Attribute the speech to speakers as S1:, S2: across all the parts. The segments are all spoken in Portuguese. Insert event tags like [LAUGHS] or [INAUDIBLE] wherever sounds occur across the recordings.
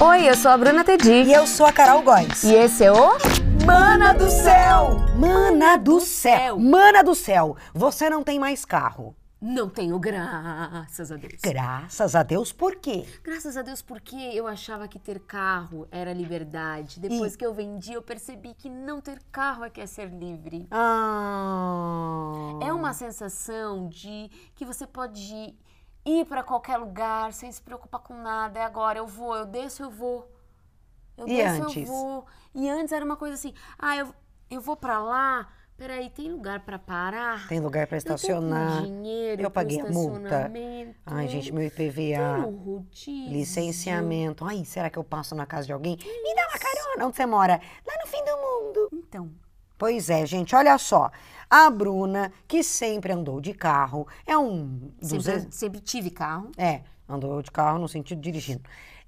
S1: Oi, eu sou a Bruna Tedi.
S2: E eu sou a Carol Góes.
S1: E esse é o.
S2: Mana do céu! Mana do céu! Mana do céu! Você não tem mais carro.
S1: Não tenho, graças a Deus.
S2: Graças a Deus, por quê?
S1: Graças a Deus, porque eu achava que ter carro era liberdade. Depois
S2: E-
S1: que eu vendi, eu percebi que não ter carro é que é ser livre.
S2: Ah.
S1: É uma sensação de que você pode ir pra qualquer lugar sem se preocupar com nada. É agora, eu vou, eu desço, eu vou. Eu
S2: E
S1: desço, eu
S2: antes?
S1: vou. E antes era uma coisa assim, ah, eu, eu vou pra lá, peraí, tem lugar pra parar?
S2: Tem lugar pra
S1: Eu tô
S2: estacionar.
S1: com dinheiro,
S2: Eu paguei a
S1: com
S2: multa.
S1: estacionamento.
S2: Ai, gente, meu
S1: Tem
S2: IPVA.
S1: um rodízio.
S2: Licenciamento. Ai, será que eu passo na casa de alguém? Me dá uma carona. Onde você mora? Lá no fim do mundo.
S1: Então,
S2: Pois é, gente, olha só. A Bruna, que sempre andou de carro, é um. dos ex-
S1: sempre, sempre tive carro.
S2: É, andou de carro no sentido de dirigindo.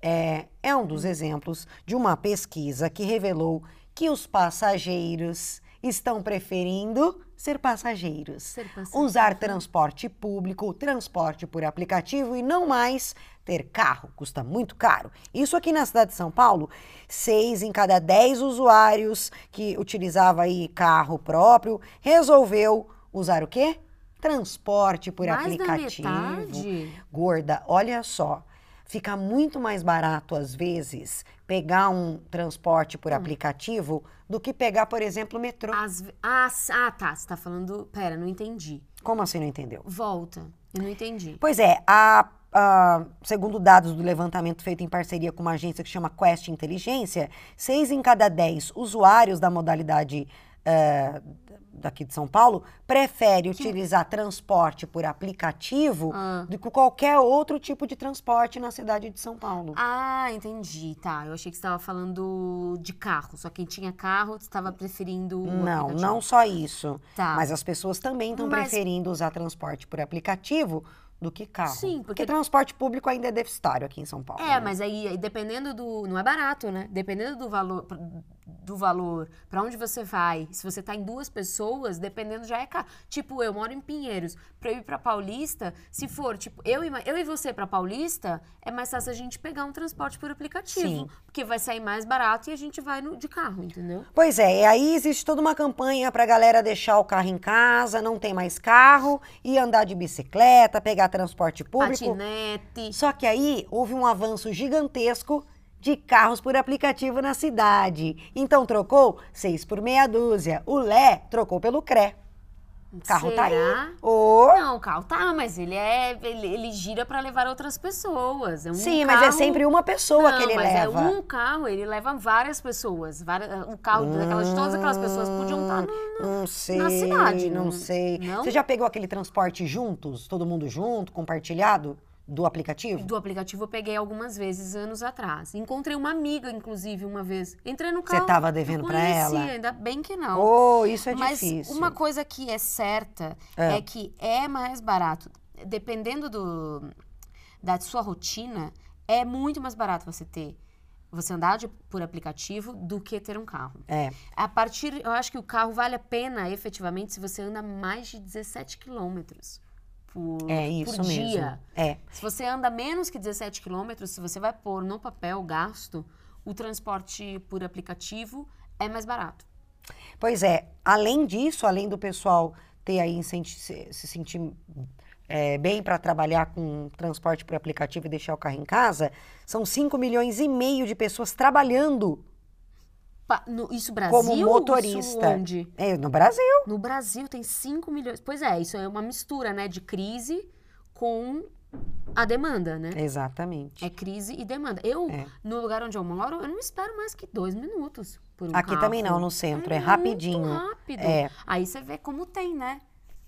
S2: É, é um dos exemplos de uma pesquisa que revelou que os passageiros estão preferindo ser passageiros.
S1: Ser passageiro.
S2: Usar transporte público, transporte por aplicativo e não mais ter carro. Custa muito caro. Isso aqui na cidade de São Paulo, seis em cada dez usuários que utilizava aí carro próprio resolveu usar o quê? Transporte por
S1: Mais
S2: aplicativo.
S1: da metade.
S2: Gorda, olha só, fica muito mais barato às vezes pegar um transporte por aplicativo do que pegar, por exemplo, o metrô.
S1: As, as, ah, tá, você tá falando... Pera, não entendi.
S2: Como assim não entendeu?
S1: Volta, eu não entendi.
S2: Pois é, a- a- segundo dados do levantamento feito em parceria com uma agência que chama Quest Inteligência, seis em cada dez usuários da modalidade eh, daqui de São Paulo prefere utilizar transporte por aplicativo
S1: Ah.
S2: do que qualquer outro tipo de transporte na cidade de São Paulo.
S1: Ah, entendi, tá. Eu achei que você estava falando de carro. Só quem tinha carro estava preferindo o
S2: Não,
S1: aplicativo.
S2: não só isso.
S1: Tá.
S2: Mas as pessoas também estão
S1: Mas-
S2: preferindo usar transporte por aplicativo do que carro.
S1: Sim, porque-
S2: transporte público ainda é deficitário aqui em São Paulo.
S1: É,
S2: né?
S1: mas aí aí dependendo do, não é barato, né? Dependendo do valor do valor, para onde você vai. Se você tá em duas pessoas, dependendo já é caro. Tipo, eu moro em Pinheiros, para eu ir para Paulista, se for, tipo, eu e, ma- eu e você para Paulista, é mais fácil a gente pegar um transporte por aplicativo,
S2: Sim.
S1: porque vai sair mais barato e a gente vai no- de carro, entendeu?
S2: Pois é, e aí existe toda uma campanha pra galera deixar o carro em casa, não ter mais carro, e andar de bicicleta, pegar transporte público.
S1: Patinete.
S2: Só que aí houve um avanço gigantesco de carros por aplicativo na cidade. Então trocou seis por meia dúzia. O Lé trocou pelo CRE. O carro tá
S1: Será?
S2: aí. Ô,
S1: Não, o carro tá, mas ele é. Ele, ele gira pra levar outras pessoas. É um
S2: Sim,
S1: carro...
S2: mas é sempre uma pessoa
S1: Não,
S2: que ele
S1: mas
S2: leva.
S1: É um carro, ele leva várias pessoas. Várias, um carro
S2: Ah.
S1: daquelas, de todas aquelas pessoas podiam estar. no-
S2: Não sei.
S1: cidade,
S2: Não,
S1: não-
S2: sei.
S1: não?
S2: Você já pegou aquele transporte juntos, todo mundo junto, compartilhado, do aplicativo?
S1: Do aplicativo eu peguei algumas vezes anos atrás. Encontrei uma amiga, inclusive, uma vez. Entrei no
S2: Você
S1: carro.
S2: tava
S1: não
S2: devendo pra
S1: conhecia,
S2: ela?
S1: ainda bem que não.
S2: Oh, isso é
S1: Mas
S2: difícil. Ah.
S1: uma coisa que é certa é. que é mais barato. Dependendo do, da sua rotina, é muito mais barato você ter você andar de- por aplicativo do que ter um carro.
S2: É.
S1: A partir, eu acho que o carro vale a pena efetivamente se você anda mais de 17 quilômetros por,
S2: É isso
S1: por
S2: mesmo.
S1: dia.
S2: É.
S1: Se você anda menos que 17 quilômetros, se você vai pôr no papel o gasto, o transporte por aplicativo é mais barato.
S2: Pois é, além disso, além do pessoal ter aí incenti- se se sentir é, bem para trabalhar com transporte por aplicativo e deixar o carro em casa, são 5 milhões e meio de pessoas trabalhando
S1: Pa- no- isso Brasil?
S2: Como motorista.
S1: Isso onde?
S2: é, no Brasil.
S1: No Brasil tem 5 milhões. Pois é, isso é uma mistura, né, de crise com a demanda, né?
S2: Exatamente.
S1: É crise e demanda. Eu,
S2: É.
S1: no lugar onde eu moro, eu não espero mais que dois minutos por um
S2: Aqui também não,
S1: carro.
S2: no centro, é
S1: muito
S2: rapidinho.
S1: rápido.
S2: É.
S1: Aí você vê como tem, né?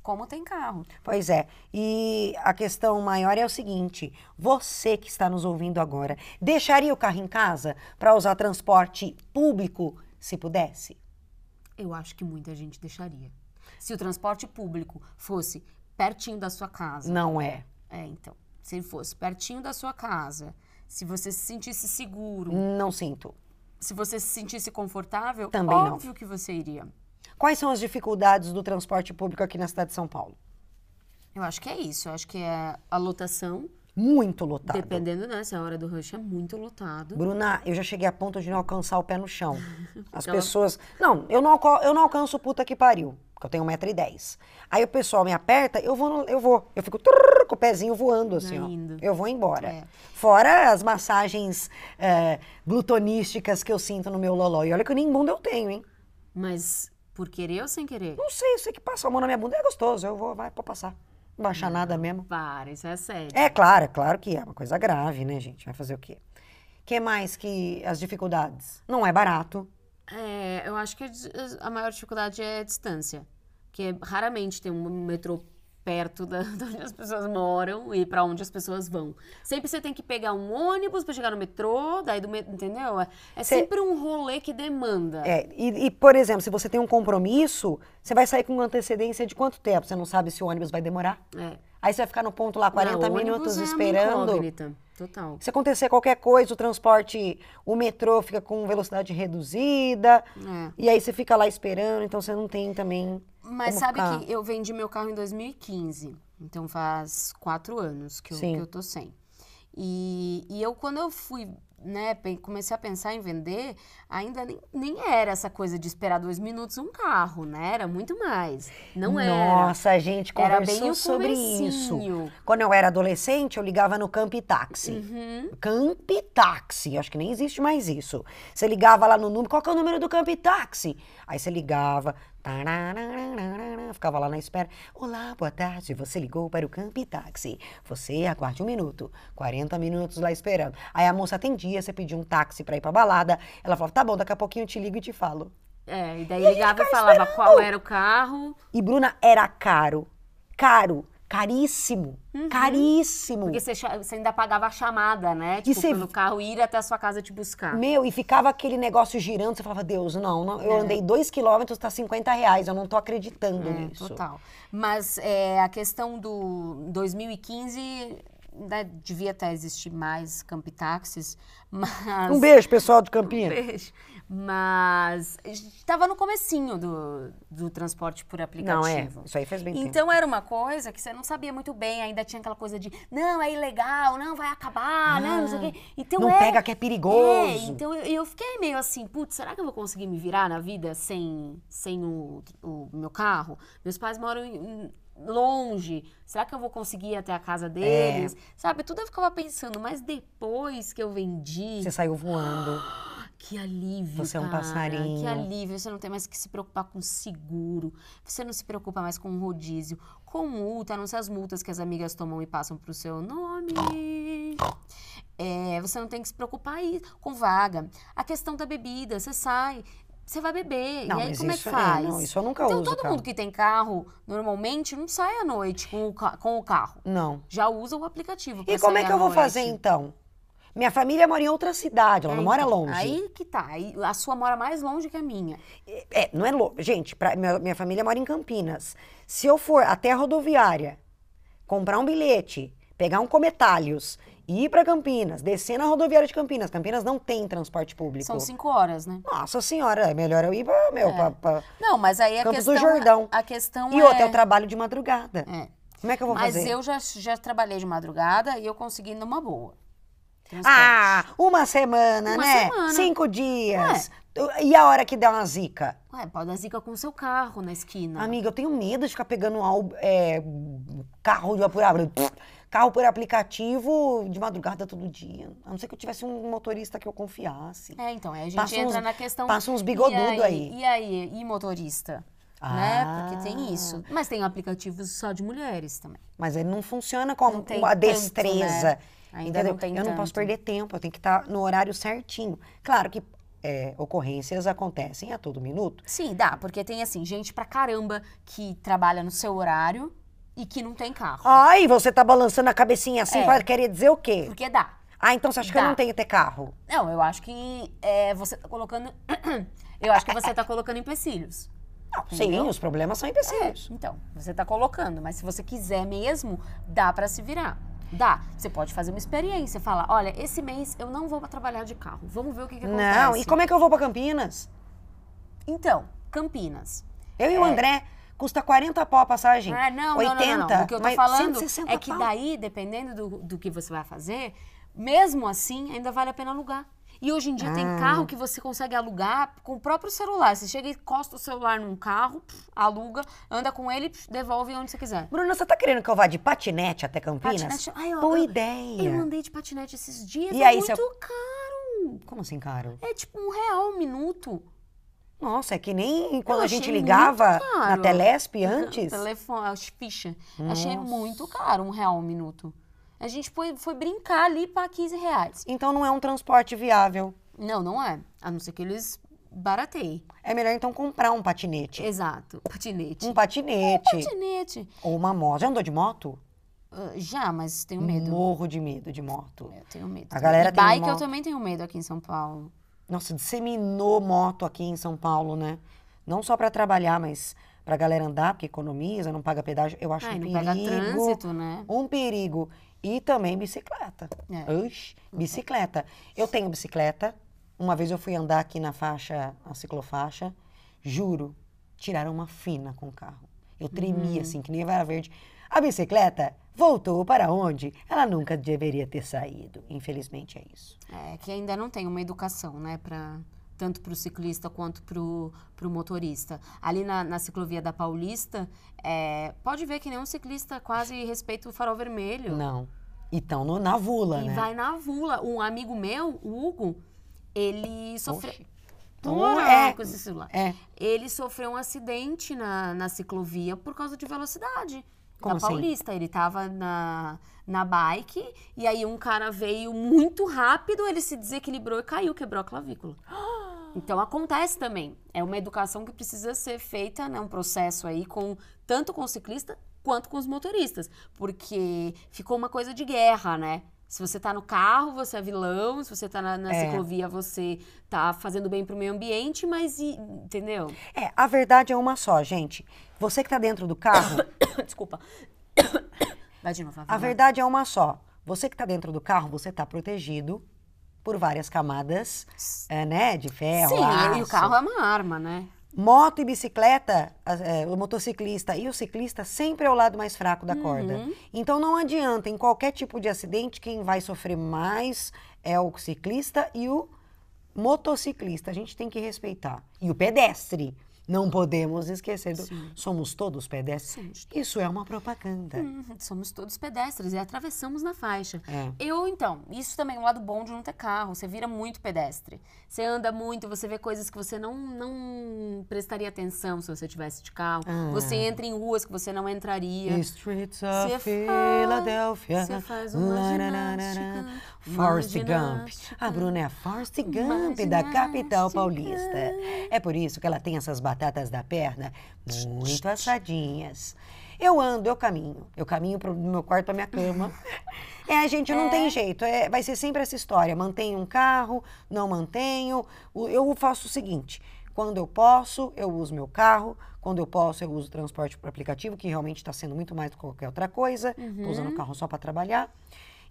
S1: Como tem carro.
S2: Pois é. E a questão maior é o seguinte: você que está nos ouvindo agora, deixaria o carro em casa para usar transporte público, se pudesse?
S1: Eu acho que muita gente deixaria. Se o transporte público fosse pertinho da sua casa.
S2: Não é.
S1: É, então. Se ele fosse pertinho da sua casa, se você se sentisse seguro,
S2: Não sinto.
S1: se você se sentisse confortável,
S2: Também não.
S1: óbvio que você iria.
S2: Quais são as dificuldades do transporte público aqui na cidade de São Paulo?
S1: Eu acho que é isso. Eu acho que é a lotação.
S2: muito lotado.
S1: Dependendo dessa hora do rush, é muito lotado.
S2: Bruna, eu já cheguei a ponto de não alcançar o pé no chão. As pessoas. Não, eu não, alco- eu não alcanço puta que pariu, porque eu tenho 1,10m. Aí o pessoal me aperta, eu vou. no- Eu vou. Eu fico trrr, com o pezinho voando, assim, ó.
S1: Ainda.
S2: Eu vou embora.
S1: É.
S2: Fora as massagens é, glutonísticas que eu sinto no meu loló. E olha que nem bunda eu tenho, hein?
S1: Mas por querer ou sem querer?
S2: Não sei, eu sei que passa a mão na minha bunda é gostoso. Eu vou, vai, pode passar. Não vai achar nada mesmo.
S1: Para, isso é sério.
S2: É claro, é claro que é uma coisa grave, né, gente? Vai fazer o quê? que mais que as dificuldades? Não é barato.
S1: É, eu acho que a dis- a maior dificuldade é a distância. Que é- raramente tem um metrô perto da, [LAUGHS] de onde as pessoas moram e para onde as pessoas vão. Sempre você tem que pegar um ônibus para chegar no metrô, daí do metrô, entendeu? É, é
S2: Cê-
S1: sempre um rolê que demanda.
S2: É, e, e, por exemplo, se você tem um compromisso, você vai sair com antecedência de quanto tempo? Você não sabe se o ônibus vai demorar.
S1: É.
S2: Aí você vai ficar no ponto lá 40
S1: Não, ônibus
S2: minutos
S1: é uma
S2: esperando.
S1: incógnita, Total.
S2: Se acontecer qualquer coisa, o transporte, o metrô fica com velocidade reduzida.
S1: É.
S2: E aí você fica lá esperando, então você não tem também.
S1: Mas
S2: Como
S1: sabe
S2: ficar?
S1: que eu vendi meu carro em 2015. Então faz quatro anos que eu,
S2: Sim.
S1: que eu tô sem. E, e eu, quando eu fui, né, pe- comecei a pensar em vender, ainda nem, nem era essa coisa de esperar dois minutos um carro, né? Era muito mais. Não era.
S2: Nossa, a gente
S1: era
S2: conversou
S1: bem o
S2: sobre isso.
S1: comecinho.
S2: Quando eu era adolescente, eu ligava no Camp Táxi.
S1: Uhum.
S2: Camp Táxi, acho que nem existe mais isso. Você ligava lá no número, qual que é o número do Camp Táxi? Aí você ligava, tarararararara, ficava lá na espera. Olá, boa tarde, você ligou para o Camp Táxi. Você aguarde um minuto, 40 minutos lá esperando. Aí a moça atendia, você pedia um táxi para ir pra balada. Ela falava, tá bom, daqui a pouquinho eu te ligo e te falo.
S1: É, e daí ligava e falava qual era o carro.
S2: E Bruna era caro, caro, caríssimo, caríssimo.
S1: Porque você, cha- você ainda pagava a chamada, né? Tipo,
S2: Hum. você-
S1: pelo carro ir até a sua casa te buscar.
S2: Meu, e ficava aquele negócio girando, você falava, Deus, não, não, eu
S1: É.
S2: andei dois quilômetros, tá 50 reais, eu não tô acreditando
S1: É,
S2: nisso.
S1: Total. Mas é, a questão do 2015 ainda né, devia até existir mais camp táxis, [LAUGHS] mas
S2: Um beijo, pessoal de Campinas.
S1: beijo. Mas estava no comecinho do, do transporte por aplicativo.
S2: Não, é, isso aí faz bem tempo.
S1: Então era uma coisa que você não sabia muito bem, ainda tinha aquela coisa de não, é ilegal, não, vai acabar, não, não sei o quê. Então
S2: não
S1: é-
S2: pega que é
S1: é,
S2: perigoso.
S1: então eu, eu fiquei meio assim, putz, será que eu vou conseguir me virar na vida sem, sem o, o meu carro? Meus pais moram em- em- longe, será que eu vou conseguir ir até a casa deles? Sabe, tudo eu ficava pensando, mas depois que eu vendi,
S2: Você saiu voando.
S1: Ah, que alívio,
S2: Você é um
S1: cara,
S2: passarinho.
S1: Que alívio, você não tem mais que se preocupar com seguro, você não se preocupa mais com rodízio, com multa, a não ser as multas que as amigas tomam e passam pro seu nome. É, você não tem que se preocupar aí com vaga. A questão da bebida, você sai, você vai beber,
S2: Não,
S1: e aí
S2: mas
S1: como é que
S2: isso
S1: faz?
S2: não, isso eu nunca
S1: então
S2: uso,
S1: todo
S2: cara.
S1: mundo que tem carro, normalmente, não sai à noite com o, ca- com o carro.
S2: Não.
S1: Já usa o aplicativo pra
S2: E como é
S1: sair
S2: que
S1: à
S2: eu vou
S1: noite.
S2: fazer, então? Minha família mora em outra cidade, ela
S1: É,
S2: não mora
S1: então,
S2: longe.
S1: Aí que tá. aí a sua mora mais longe que a minha.
S2: É, não é longe. Gente, pra- minha, minha família mora em Campinas. Se eu for até a rodoviária, comprar um bilhete, pegar um cometalhos, ir para Campinas, descer na rodoviária de Campinas. Campinas não tem transporte público.
S1: São cinco horas, né?
S2: Nossa senhora, é melhor eu ir para meu. pra- pra-
S1: Não, mas aí a
S2: Campos do
S1: questão. é-
S2: Jordão.
S1: A questão
S2: E
S1: é.
S2: outra, eu trabalho de madrugada.
S1: É.
S2: Como é que eu vou
S1: Mas
S2: fazer?
S1: eu já, já trabalhei de madrugada e eu consegui numa boa. Transporte.
S2: Ah, uma semana,
S1: Uma
S2: né?
S1: semana. É.
S2: Cinco dias. E a hora que der uma zica?
S1: Ué, pode dar É, zica com o seu carro na esquina.
S2: Amiga, eu tenho medo de ficar pegando al- é, carro de por carro por aplicativo de madrugada todo dia. A não ser que eu tivesse um motorista que eu confiasse.
S1: É, então, aí a gente
S2: Passa
S1: entra
S2: uns-
S1: na questão.
S2: passa uns bigodudo
S1: e
S2: aí.
S1: E aí, e motorista?
S2: Ah.
S1: Né? Porque tem isso. Mas tem aplicativos só de mulheres também.
S2: Mas ele não funciona com
S1: Não tem
S2: a
S1: tanto,
S2: destreza.
S1: né? Ainda
S2: entendeu?
S1: não tem
S2: eu não posso
S1: tanto.
S2: perder tempo, eu tenho que estar no horário certinho. Claro que é, ocorrências acontecem a todo minuto.
S1: Sim, dá, porque tem assim, gente pra caramba que trabalha no seu horário e que não tem carro.
S2: Ai, você tá balançando a cabecinha assim
S1: É.
S2: pra querer dizer o quê?
S1: Porque dá.
S2: Ah, então você acha que eu
S1: Dá.
S2: não tenho que ter carro?
S1: Não, eu acho que é, você tá colocando. [COUGHS] eu acho que você tá colocando empecilhos.
S2: Não, sim,
S1: Entendeu?
S2: os problemas são empecilhos.
S1: Então, você tá colocando, mas se você quiser mesmo, dá pra se virar. Dá. Você pode fazer uma experiência, falar, olha, esse mês eu não vou pra trabalhar de carro. Vamos ver o que, que acontece.
S2: é Não, e como é que eu vou pra Campinas?
S1: Então, Campinas.
S2: Eu e o André, custa 40 pau a passagem.
S1: Ah, não,
S2: 80,
S1: não, não, não. O que eu tô
S2: mas
S1: falando
S2: 160
S1: é que
S2: pau.
S1: daí, dependendo do, do que você vai fazer, mesmo assim, ainda vale a pena alugar. E hoje em dia tem
S2: Ah.
S1: carro que você consegue alugar com o próprio celular. Você chega e costa o celular num carro, pff, aluga, anda com ele, pff, devolve onde você quiser.
S2: Bruna, você tá querendo que eu vá de patinete até Campinas?
S1: Patinete, ai, eu,
S2: Boa
S1: eu-
S2: ideia.
S1: eu andei de patinete esses dias,
S2: E
S1: é
S2: aí,
S1: muito
S2: você-
S1: caro.
S2: Como assim, caro?
S1: É tipo um real um minuto.
S2: Nossa, é que nem quando
S1: Eu
S2: a gente
S1: achei muito
S2: ligava na
S1: caro.
S2: Telesp antes.
S1: Telefone, as fichas. ah, Achei
S2: Nossa.
S1: muito caro, um real um minuto. A gente foi, foi brincar ali pra 15 reais.
S2: Então não é um transporte viável.
S1: Não, não é. A não ser que eles barateiem.
S2: É melhor então comprar um patinete.
S1: Exato. Patinete.
S2: Um patinete.
S1: Patinete.
S2: Ou uma moto. Já andou de moto?
S1: Ah, já, mas tenho medo.
S2: Morro de medo de moto.
S1: Eu tenho medo.
S2: A galera
S1: e
S2: tem
S1: bike
S2: uma-
S1: eu também tenho medo aqui em São Paulo.
S2: Nossa, disseminou moto aqui em São Paulo, né? Não só pra trabalhar, mas pra galera andar, porque economiza, não paga pedágio. Eu acho
S1: Ai,
S2: um
S1: não
S2: perigo.
S1: pega trânsito, né?
S2: Um perigo. E também bicicleta.
S1: É.
S2: Oxe, bicicleta. Eu tenho bicicleta. Uma vez eu fui andar aqui na faixa, a ciclofaixa. Juro, tiraram uma fina com o carro. Eu
S1: Hum.
S2: tremia assim, que nem vara verde. A bicicleta voltou para onde? Ela nunca deveria ter saído. Infelizmente é isso.
S1: É que ainda não tem uma educação, né? Pra, tanto pro ciclista quanto pro, pro motorista. Ali na, na ciclovia da Paulista, é, pode ver que nenhum ciclista quase respeita o farol vermelho.
S2: Não. Então, no, na vula,
S1: E
S2: né?
S1: vai na vula. Um amigo meu, o Hugo, ele sofreu.
S2: Oxe.
S1: Porra,
S2: É.
S1: com esse celular.
S2: É.
S1: Ele sofreu um acidente na, na ciclovia por causa de velocidade.
S2: Como
S1: da
S2: assim?
S1: Paulista. Ele tava na, na bike e aí um cara veio muito rápido, ele se desequilibrou e caiu, quebrou a clavícula. Então acontece também. É uma educação que precisa ser feita, né? Um processo aí com tanto com o ciclista quanto com os motoristas. Porque ficou uma coisa de guerra, né? Se você tá no carro, você é vilão. Se você tá na, na
S2: É.
S1: ciclovia, você tá fazendo bem pro meio ambiente, mas e- entendeu? [COUGHS]
S2: É, a verdade é uma só, gente. Você que tá dentro do carro,
S1: Desculpa. [COUGHS] Vai de novo. [COUGHS]
S2: A
S1: vai.
S2: verdade é uma só. Você que está dentro do carro, você está protegido por várias camadas, é, né? De ferro,
S1: Sim,
S2: aço.
S1: e o carro é uma arma, né?
S2: Moto e bicicleta, as- é, o motociclista e o ciclista sempre é o lado mais fraco da corda.
S1: Uhum.
S2: Então não adianta, em qualquer tipo de acidente, quem vai sofrer mais é o ciclista e o motociclista. A gente tem que respeitar. E o pedestre. Não podemos esquecer. Do...
S1: Sim.
S2: Somos todos pedestres.
S1: Somos
S2: Isso é uma propaganda.
S1: Uhum, Somos todos pedestres e atravessamos na faixa.
S2: É.
S1: Eu, então, isso também é um lado bom de não ter carro. Você vira muito pedestre. Você anda muito, você vê coisas que você não, não prestaria atenção se você tivesse de carro.
S2: Ah.
S1: Você entra em ruas que você não entraria.
S2: Streets
S1: Você
S2: of
S1: faz-
S2: Philadelphia.
S1: Você faz uma
S2: Lá, lá, lá, lá, lá.
S1: ginástica.
S2: Forrest
S1: uma
S2: Gump.
S1: ginástica.
S2: A Bruna é a Forrest
S1: Uma
S2: Gump da
S1: ginástica.
S2: capital paulista. É por isso que ela tem essas batatas da perna muito assadinhas. Eu ando, eu caminho. Eu caminho pro meu quarto, pra
S1: [LAUGHS]
S2: minha cama. É, a gente não
S1: É.
S2: tem jeito. É, vai ser sempre essa história. Mantenho um carro, não mantenho. O- Eu faço o seguinte: quando eu posso, eu uso meu carro. Quando eu posso, eu uso transporte por aplicativo, que realmente está sendo muito mais do que qualquer outra coisa. Estou usando o carro só para trabalhar.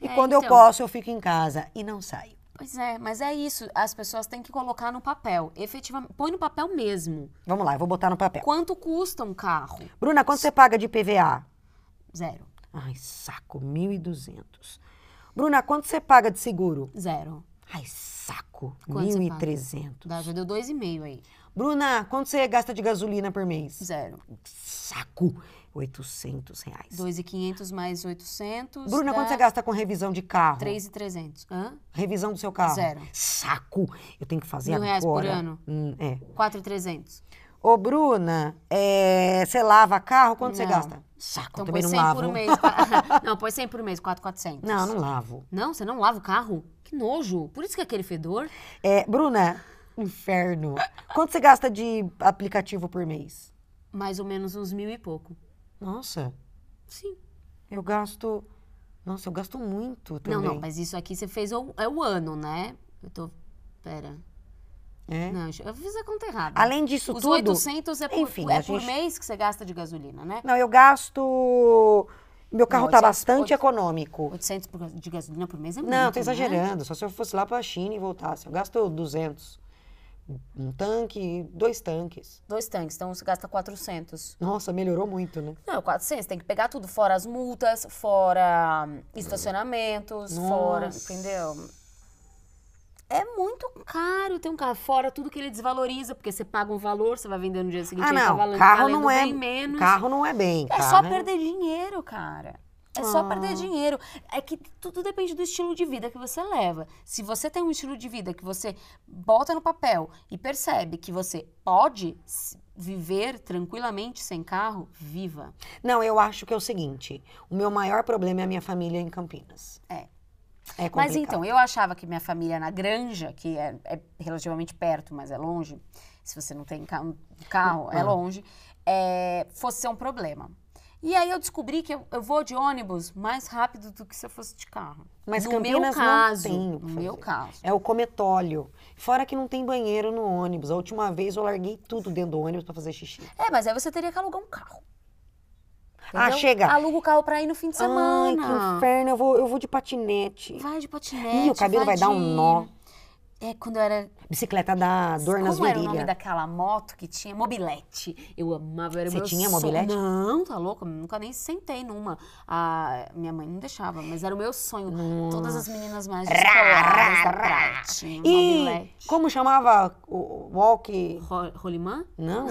S2: E
S1: Uhum. É,
S2: quando eu
S1: então.
S2: posso, eu fico em casa e não saio.
S1: Pois é, mas é isso. As pessoas têm que colocar no papel. Efetivamente, põe no papel mesmo.
S2: Vamos lá, eu vou botar no papel.
S1: Quanto custa um carro?
S2: Bruna, quanto você paga de PVA?
S1: Zero.
S2: Ai, saco, 1.200. Bruna, quanto você paga de seguro?
S1: Zero.
S2: Ai, saco,
S1: Quanto você paga?
S2: 1.300.
S1: Dá- Já deu dois e meio aí.
S2: Bruna, quanto você gasta de gasolina por mês?
S1: Zero.
S2: Saco! 800 reais.
S1: 2,500 mais 800.
S2: Bruna, quanto você gasta com revisão de carro?
S1: 3,300. Hã?
S2: Revisão do seu carro?
S1: Zero.
S2: Saco! Eu tenho que fazer
S1: Mil
S2: agora.
S1: reais por ano?
S2: Hum, é.
S1: 4,300.
S2: Ô, Bruna, é, você lava carro, quanto você
S1: Não.
S2: gasta? Saco,
S1: Então põe
S2: também não
S1: 100
S2: lavo.
S1: por mês. qua- [LAUGHS] não, põe 100 por mês, 4,400.
S2: Não, não lavo.
S1: Não, você não lava o carro? Que nojo. Por isso que é aquele fedor.
S2: É, Bruna, inferno. Quanto você gasta de aplicativo por mês?
S1: Mais ou menos uns mil e pouco.
S2: Nossa,
S1: Sim.
S2: eu gasto... Nossa, eu gasto muito também.
S1: Não, não, mas isso aqui você fez o, é o ano, né? Eu tô. Pera.
S2: É.
S1: Não, eu fiz a conta errada.
S2: Além disso
S1: Os
S2: tudo...
S1: 800 é por,
S2: enfim,
S1: é
S2: a
S1: por
S2: gente-
S1: mês que você gasta de gasolina, né?
S2: Não, eu gasto. Meu carro
S1: Não,
S2: tá
S1: oitocentos-
S2: bastante
S1: oito-
S2: econômico.
S1: 800 por- de gasolina por mês é muito.
S2: Não, tô
S1: né?
S2: exagerando. Só se eu fosse lá pra China e voltasse. Eu gasto 200 Um tanque, dois tanques.
S1: Dois tanques, então você gasta 400.
S2: Nossa, melhorou muito, né?
S1: Não, 400, tem que pegar tudo, fora as multas, fora hum, estacionamentos, fora,
S2: Nossa.
S1: entendeu? É muito caro ter um carro, fora tudo que ele desvaloriza, porque você paga um valor, você vai vender no dia seguinte,
S2: Ah,
S1: ele tá
S2: não,
S1: valendo,
S2: carro
S1: valendo
S2: não é-
S1: bem menos.
S2: Carro não é bem.
S1: É
S2: carro
S1: só perder dinheiro, cara. É só
S2: Ah.
S1: perder dinheiro. É que tudo depende do estilo de vida que você leva. Se você tem um estilo de vida que você bota no papel e percebe que você pode s- viver tranquilamente sem carro, viva.
S2: Não, eu acho que é o seguinte: o meu maior problema é a minha família em Campinas.
S1: É.
S2: É complicado.
S1: Mas então, eu achava que minha família na Granja, que é, é relativamente perto, mas é longe, se você não tem ca- um carro, é
S2: Uhum.
S1: longe, é, fosse ser um problema. E aí eu descobri que eu, eu vou de ônibus mais rápido do que se eu fosse de carro.
S2: Mas
S1: no meu
S2: Campinas não
S1: caso,
S2: tem o
S1: no
S2: que
S1: meu
S2: fazer.
S1: caso.
S2: É o cometório. Fora que não tem banheiro no ônibus. A última vez eu larguei tudo dentro do ônibus pra fazer xixi.
S1: É, mas aí você teria que alugar um carro.
S2: Ah,
S1: Entendeu?
S2: chega.
S1: Aluga o carro pra ir no fim de
S2: Ai, que
S1: semana.
S2: inferno. Eu vou, eu vou de patinete.
S1: vai de patinete.
S2: Ih, o cabelo vai dar um
S1: de-
S2: nó.
S1: É, quando eu era
S2: Bicicleta dá dor nas
S1: Como era o nome
S2: virilhas.
S1: daquela moto que tinha? Mobilete. Eu amava, era o
S2: Você
S1: meu
S2: tinha
S1: sonho.
S2: mobilete?
S1: Não, tá louco? Nunca nem sentei numa. Ah, minha mãe não deixava, mas era o meu sonho. Todas as meninas mais descoladas da praia tinham
S2: Hum. E
S1: mobilete.
S2: como chamava o o walk?
S1: Ro- Rolimã?
S2: Não.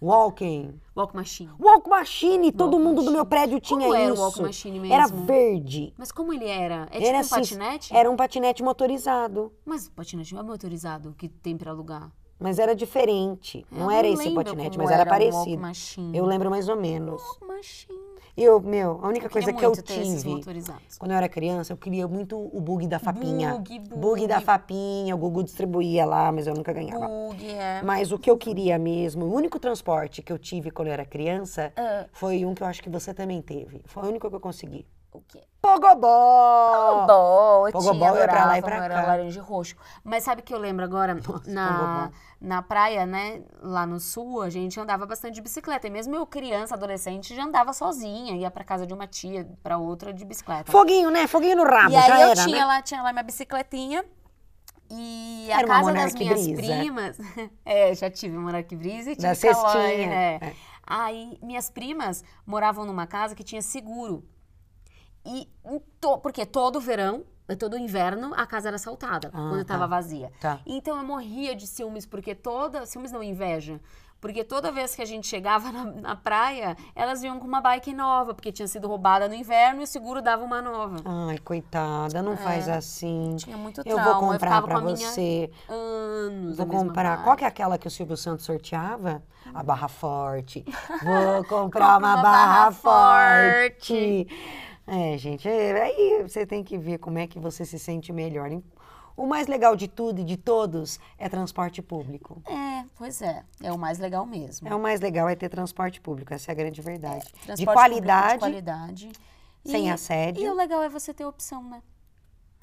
S2: Walking.
S1: Walk Machine.
S2: Walk machine. Todo
S1: Walk
S2: mundo do meu
S1: machine.
S2: prédio
S1: Como
S2: tinha
S1: era o
S2: isso.
S1: walk machine mesmo?
S2: Era verde.
S1: Mas como ele era? É tipo
S2: Era
S1: um
S2: assim,
S1: patinete?
S2: Era um patinete motorizado.
S1: Mas o patinete não é motorizado que tem pra alugar.
S2: Mas era diferente.
S1: Eu
S2: Não, era esse
S1: lembro
S2: o patinete,
S1: como
S2: mas era,
S1: era o Walk
S2: parecido.
S1: Machine.
S2: Eu lembro mais ou menos.
S1: Walk Machine.
S2: E eu, meu, a única
S1: queria
S2: coisa que eu
S1: muito ter esses
S2: tive
S1: motorizados.
S2: quando eu era criança, eu queria muito o bug da Fapinha.
S1: Bug, bug.
S2: da Fapinha, o Gugu distribuía lá, mas eu nunca ganhava.
S1: Bug, é.
S2: Mas o que eu queria mesmo, o único transporte que eu tive quando eu era criança
S1: Ah.
S2: foi um que eu acho que você também teve. Foi o único que eu consegui.
S1: O quê?
S2: Pogobol!
S1: Pogobol, eu
S2: Pogobol
S1: tinha,
S2: ia pra lá e
S1: adorava,
S2: pra
S1: meu,
S2: cá.
S1: era laranja e roxo. Mas sabe o que eu lembro agora? na,
S2: Pogobol.
S1: na praia, né, lá no sul, a gente andava bastante de bicicleta. E mesmo eu, criança, adolescente, já andava sozinha. Ia pra casa de uma tia, pra outra, de bicicleta.
S2: Foguinho, né? Foguinho no rabo,
S1: e aí
S2: já
S1: eu
S2: era,
S1: tinha
S2: né?
S1: lá, tinha lá minha bicicletinha. E
S2: Era
S1: a
S2: uma
S1: casa das
S2: Monarch
S1: minhas
S2: Brisa.
S1: primas... [LAUGHS] é, já tive Monark Brisa e tive
S2: Da
S1: um Calói,
S2: cestinha.
S1: né?
S2: É.
S1: Aí minhas primas moravam numa casa que tinha seguro. E em to- porque é todo verão, é todo inverno, a casa era assaltada
S2: Ah,
S1: quando
S2: tá.
S1: estava vazia.
S2: Tá.
S1: Então eu morria de ciúmes, porque toda. Ciúmes não, inveja. Porque toda vez que a gente chegava na, na praia, elas vinham com uma bike nova, porque tinha sido roubada no inverno e o seguro dava uma nova.
S2: Ai, coitada, não faz assim.
S1: É. Tinha muito
S2: Eu
S1: trauma.
S2: vou
S1: eu
S2: comprar
S1: ficava
S2: pra
S1: com a minha
S2: você.
S1: anos.
S2: Vou
S1: a mesma
S2: comprar.
S1: bike.
S2: Qual que é aquela que o Silvio Santos sorteava? A barra forte. Vou comprar uma,
S1: Uma
S2: barra,
S1: barra
S2: forte. É, gente, é- aí você tem que ver como é que você se sente melhor. hein? O mais legal de tudo e de todos é transporte público.
S1: É, pois é. É o mais legal mesmo.
S2: É o mais legal é ter transporte público, essa é a grande verdade. de
S1: Transporte público
S2: qualidade,
S1: de qualidade.
S2: sem
S1: E- E o
S2: assédio,
S1: legal é você ter opção, né?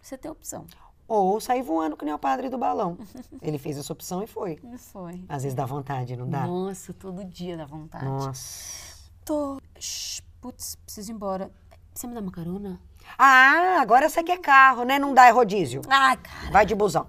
S1: Você ter opção.
S2: ou sair voando que nem o padre do balão. Ele fez essa opção e foi.
S1: Não foi.
S2: Às vezes dá vontade, não dá?
S1: Nossa, todo dia dá vontade.
S2: Nossa.
S1: Tô. Shh, Putz, preciso ir embora. Você me dá uma carona?
S2: Ah, agora você quer carro, né? Não dá, é rodízio.
S1: Ah, cara.
S2: Vai de busão.